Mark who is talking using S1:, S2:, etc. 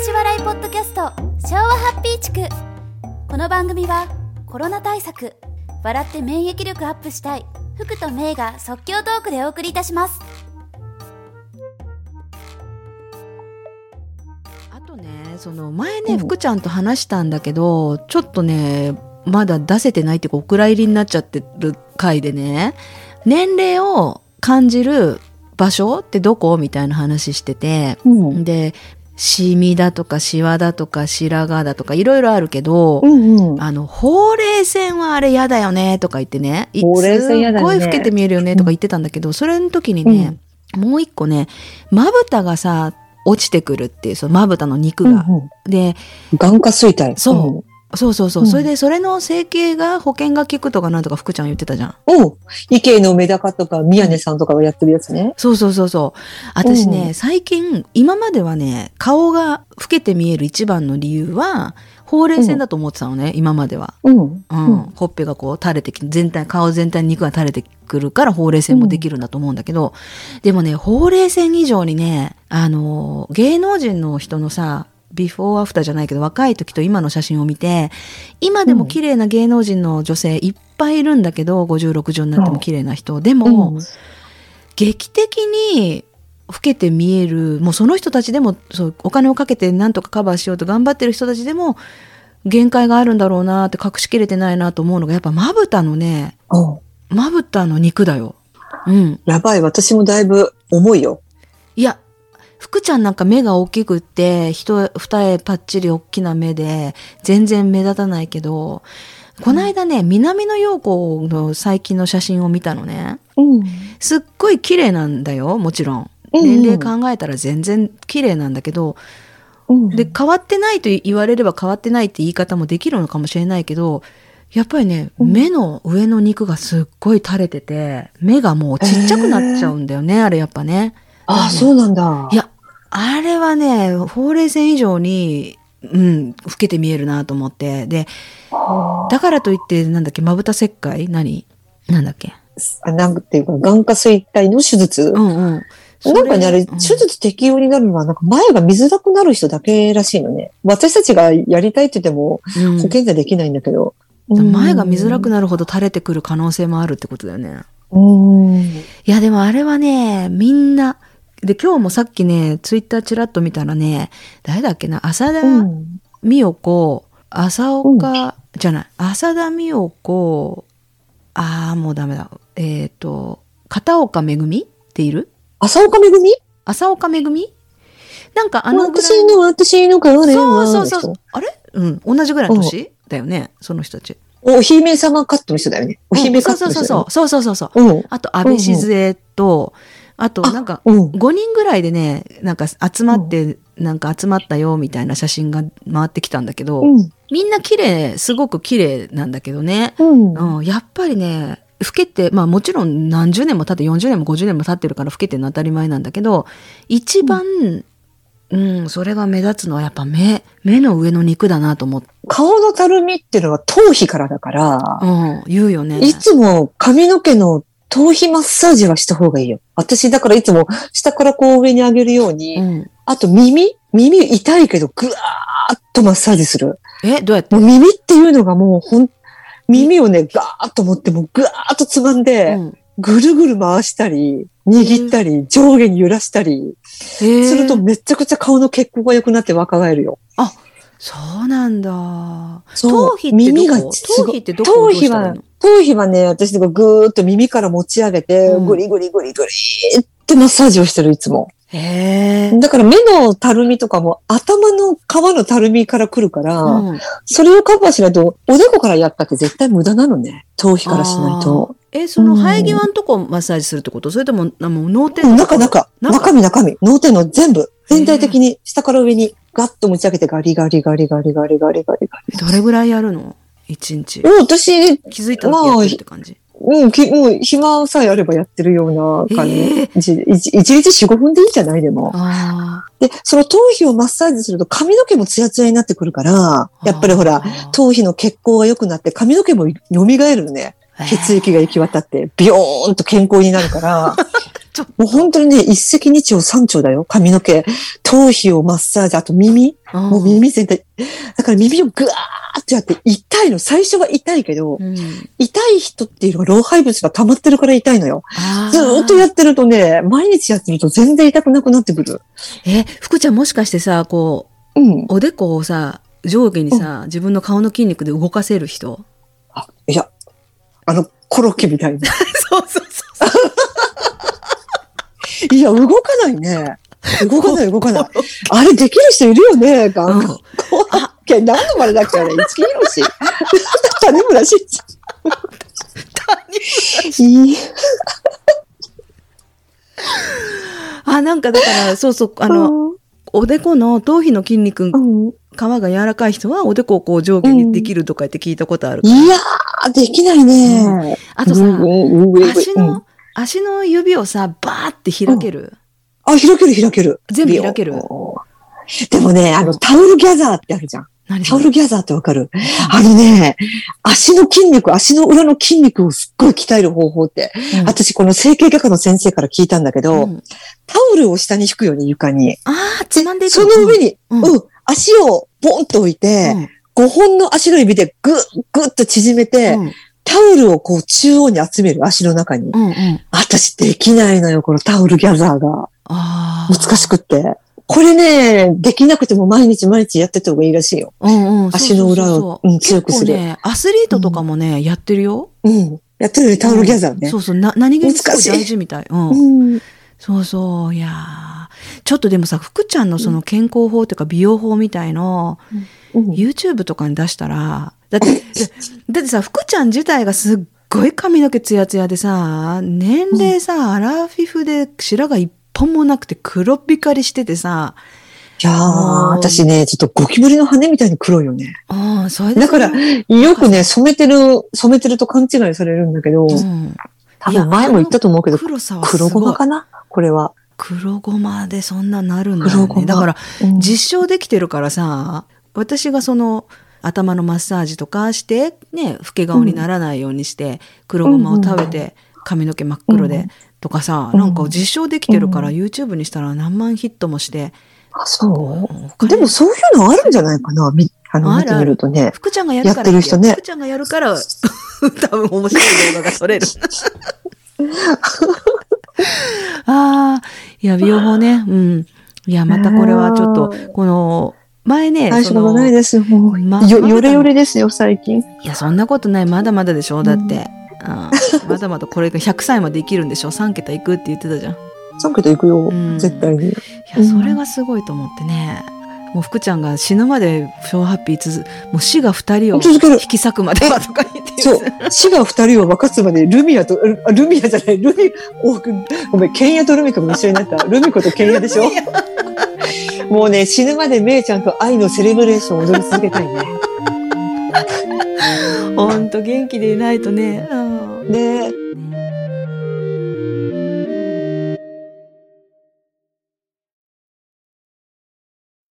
S1: し笑いポッドキャスト昭和ハッピー地区この番組はコロナ対策笑って免疫力アップしたい福と名が即興トークでお送りいたします
S2: あとねその前ね福ちゃんと話したんだけどちょっとねまだ出せてないっていうかお蔵入りになっちゃってる回でね年齢を感じる場所ってどこみたいな話してて、
S3: うん
S2: でシミだとかシワだとか白髪だとかいろいろあるけど、
S3: うんうん。
S2: あの、ほうれい線はあれ嫌だよねとか言ってね。い
S3: ほうれい線嫌だよね
S2: すっごい老けて見えるよねとか言ってたんだけど、それの時にね、もう一個ね、まぶたがさ、落ちてくるっていう、そのまぶたの肉が。
S3: うんうん
S2: で、
S3: 眼下衰退。
S2: そそうそうそう。
S3: うん
S2: それで、それの整形が保険が効くとかなんとか福ちゃん言ってたじゃん。
S3: うん。おう池のメダカとか、宮根さんとかがやってるやつね。
S2: そうそうそうそう。私ね、
S3: うん
S2: 最近、今まではね、顔が老けて見える一番の理由は、ほうれい線だと思ってたのね、今までは。
S3: うん。
S2: うん
S3: うん
S2: ほっぺがこう垂れてき全体顔全体に肉が垂れてくるからほうれい線もできるんだと思うんだけど、でもねほうれい線以上にねあのー芸能人の人のさビフォーアフターじゃないけど若い時と今の写真を見て今でも綺麗な芸能人の女性いっぱいいるんだけど5060になっても綺麗な人、でも、
S3: うん
S2: 劇的に老けて見えるもうその人たちでもそうお金をかけてなんとかカバーしようと頑張ってる人たちでも限界があるんだろうなって隠しきれてないなと思うのがやっぱまぶたのね
S3: おう
S2: まぶたの肉だよ。うん、
S3: やばい、私もだいぶ重いよ。
S2: いや福ちゃんなんか目が大きくって人二重パッチリ大きな目で全然目立たないけどこの間ね南野陽子の最近の写真を見たのね
S3: うん。
S2: すっごい綺麗なんだよもちろん。年齢考えたら全然綺麗なんだけど、
S3: うん
S2: で変わってないと言われれば変わってないって言い方もできるのかもしれないけどやっぱりね、
S3: うん
S2: 目の上の肉がすっごい垂れてて目がもうちっちゃくなっちゃうんだよね、あれやっぱね
S3: ああ、そうなんだ。
S2: いやあれはねほうれい線以上にうん老けて見えるなと思ってで
S3: あ
S2: だからといってなんだっけまぶた切開何なんだっけ
S3: ー、なんていうか、眼下衰退の手術
S2: うんうんそ
S3: なんかね、あれ、
S2: う
S3: 手
S2: ん
S3: 術適用になるのは、なんか前が見づらくなる人だけらしいのね。私たちがやりたいって言っても、
S2: うん
S3: 保険じゃできないんだけど。
S2: 前が見づらくなるほど垂れてくる可能性もあるってことだよね。
S3: うん。
S2: いや、でもあれはね、みんな、で、今日もさっきね、ツイッターちらっと見たらね、誰だっけな、浅田
S3: うん。
S2: 美代子、浅岡、じゃない、浅田美代子、ああ、もうダメだ。えっ、と、片岡めぐみっている
S3: 浅岡めぐみ
S2: 浅岡めぐみなんかあ
S3: あ
S2: のぐらい
S3: 私の、私の顔ね。
S2: そう
S3: あ
S2: そ
S3: の
S2: う
S3: 人
S2: そう。。あれうん、同じぐらいの年だよね、その人たち。
S3: お姫様カットの人だよね。お姫カ
S2: そう
S3: ット
S2: そう
S3: の人
S2: そう
S3: だよね。
S2: そう。そうそうそうそう。
S3: うん。
S2: あと、安倍静江と、あと、なんか、
S3: うん。
S2: 5人ぐらいでねなんか集まって、なんか集まったよみたいな写真が回ってきたんだけど、
S3: うん。
S2: みんな綺麗すごく綺麗なんだけどね、
S3: うん。
S2: うん、やっぱりね老けてまあもちろん何十年も経って40年も50年も経ってるから老けてるのは当たり前なんだけど一番、うんそれが目立つのはやっぱ目目の上の肉だなと思って、
S3: 顔のたるみっていうのは頭皮からだから
S2: う、ん、言うよね。
S3: いつも髪の毛の頭皮マッサージはした方がいいよ。私だからいつも下からこう上に上げるように、
S2: うん、
S3: あと耳耳痛いけどぐわーっとマッサージする。
S2: えどうやって、
S3: もう耳っていうのがもうほん、耳をね、ガーッと持ってもうぐわーっとつまんで、
S2: うん
S3: ぐるぐる回したり、握ったり、上下に揺らしたり、
S2: えー
S3: するとめちゃくちゃ顔の血行が良くなって若返るよ。
S2: そうなんだ。
S3: そう
S2: 頭皮って
S3: 耳
S2: ど
S3: が
S2: こ
S3: す
S2: 頭
S3: ご
S2: 皮
S3: い
S2: ってどこ
S3: 頭皮は
S2: どうしたらいいの
S3: 頭皮はね、私とかぐーっと耳から持ち上げて、
S2: うん
S3: ぐりぐりぐりぐりってマッサージをしてる、いつも。
S2: へえ。
S3: だから目のたるみとかも頭の皮のたるみから来るから、
S2: うん
S3: それをカバーしないと、おでこからやったって絶対無駄なのね。頭皮からしないと。
S2: え、その生え際のとこマッサージするってことそれとも、あもう脳天
S3: うん
S2: のとこ
S3: 中中、
S2: 中
S3: 中身中身、脳天の全部、全体的に下から上にガッと持ち上げてガリガリガリガリガリガリガリガリ。
S2: どれぐらいやるの一日
S3: も。う私、
S2: 気づいたらやってるって感じ。
S3: うん、きもう暇さえあればやってるような感じ。
S2: ええ
S3: 一一一日4、5分でいいんじゃないでも。
S2: あ
S3: で、その頭皮をマッサージすると髪の毛もツヤツヤになってくるから、
S2: あ。
S3: やっぱりほら、
S2: あー、
S3: 頭皮の血行が良くなって髪の毛も蘇るのね。血液が行き渡って、ビヨーンと健康になるから、
S2: ちょっと。
S3: もう本当にね、一石二鳥三鳥だよ。髪の毛、頭皮をマッサージ、あと耳。もう耳全体。だから耳をぐわーってやって、痛いの。最初は痛いけど、
S2: うん。
S3: 痛い人っていうのは老廃物が溜まってるから痛いのよ。ずーっとやってるとね、毎日やってると全然痛くなくなってくる。
S2: え、福ちゃんもしかしてさ、こ
S3: うん。
S2: う、おでこをさ、上下にさ、自分の顔の筋肉で動かせる人
S3: あ、いや、あの、コロッケみたいに。
S2: そうそうそうそう。
S3: いや、動かないね。動かない、動かない。あれできる人いるよね、ガン
S2: うん
S3: コロッケ。何のまれだっけあれ、一木ひろし。 種村慎一。いい
S2: あ、なんかだから、そうそう、あの、、おでこの頭皮の筋肉、皮
S3: うん
S2: が柔らかい人は、おでこをこう上下にできるとか言って聞いたことある。
S3: いやー、できないね。
S2: あとさ、
S3: うんうんうん
S2: 足
S3: うん
S2: の、足の指をさ、バーって開ける。
S3: あ、開ける開ける。
S2: 全部開ける
S3: でもね、あの、タオルギャザーってあるじゃん。
S2: 何
S3: タ
S2: そ
S3: オ
S2: れ
S3: ルギャザーってわかるあのね、足の筋肉、足の裏の筋肉をすっごい鍛える方法って、
S2: うん
S3: 私この整形外科の先生から聞いたんだけど、
S2: うん
S3: タオルを下に引くよね、床に。
S2: ああ、つまんでいく
S3: その上に、
S2: う
S3: うんん、足をボンと置いて、5本の足の指でぐっ、ぐっと縮めて、
S2: うん
S3: タオルをこう中央に集める、足の中に。
S2: うんうん。
S3: 私できないのよ、このタオルギャザーが。
S2: ああ。
S3: 難しくって。これね、できなくても毎日毎日やってた方がいいらしいよ。
S2: うんうん、
S3: 足の裏をうん強くする
S2: 結構ね、アスリートとかもね、やってるよ。
S3: うん。やってるよね、タオルギャザー
S2: うん
S3: ね
S2: そ。うそう、な何気にすごい
S3: 難しい
S2: 大事みたい。うん。
S3: うん。
S2: そうそう、いやーちょっとでもさ、福ちゃんのその健康法というか美容法みたいの、
S3: うん。
S2: YouTube とかに出したら、だって、 だだってさ、福ちゃん自体がすっごい髪の毛ツヤツヤでさ、年齢さ、アラフィフで白髪一本もなくて黒光りしててさ、
S3: いやー、私ね、ちょっとゴキブリの羽みたいに黒いよね。
S2: うん、それで
S3: だから、よくね、染めてる、染めてると勘違いされるんだけど、
S2: うん、
S3: 多分前も言ったと思うけど、
S2: 黒さはすご
S3: 黒
S2: い
S3: ごまかなこれは。
S2: 黒ごまでそんななるんだよ
S3: 黒
S2: ね。
S3: ごま
S2: だから
S3: うん
S2: 実証できてるからさ、私がその頭のマッサージとかして、ね、老け顔にならないようにして、黒ごまを食べて髪の毛真っ黒で、
S3: うん
S2: とかさ、
S3: うん
S2: なんか実証できてるから、
S3: う
S2: YouTube にしたら何万ヒットもして、
S3: あ、そ
S2: お
S3: う
S2: 金
S3: でもそういうのあるんじゃないかなみあの、
S2: あ
S3: 見
S2: るあ
S3: て
S2: る
S3: みるとね。
S2: 福ちゃんがやるから
S3: やってる人ね
S2: 福ちゃんがやるから、 多分面白い動画が撮 れる。ああ、いや、美容法ね。うん。いや、またこれはちょっと
S3: あ、ー
S2: この、前ね、
S3: 大し
S2: そ
S3: た
S2: の
S3: ことないです。もう、
S2: ま
S3: よ、よれよれですよ、最近。
S2: いや、そんなことない。まだまだでしょだって。あー まだまだこれが100歳まで生きるんでしょ ?3 桁いくって言ってたじゃん。い
S3: 3桁行くよ
S2: うん、
S3: 絶対に。う
S2: や、
S3: ん
S2: それがすごいと思ってね。もう福ちゃんが死ぬまで小ハッピーつづ、もう死が2人を
S3: 続ける
S2: 引。き裂くまではとか言って
S3: そう。死が二人を分かつまで、ルミアと、あルミアじゃない、ルミ、おごめん、ケンヤとルミコも一緒になった。ルミコとケンヤでしょもうね、死ぬまでメイちゃんと愛のセレブレーションを踊り続けたいね。
S2: ほんと元気でいないとね。うん
S3: ねえ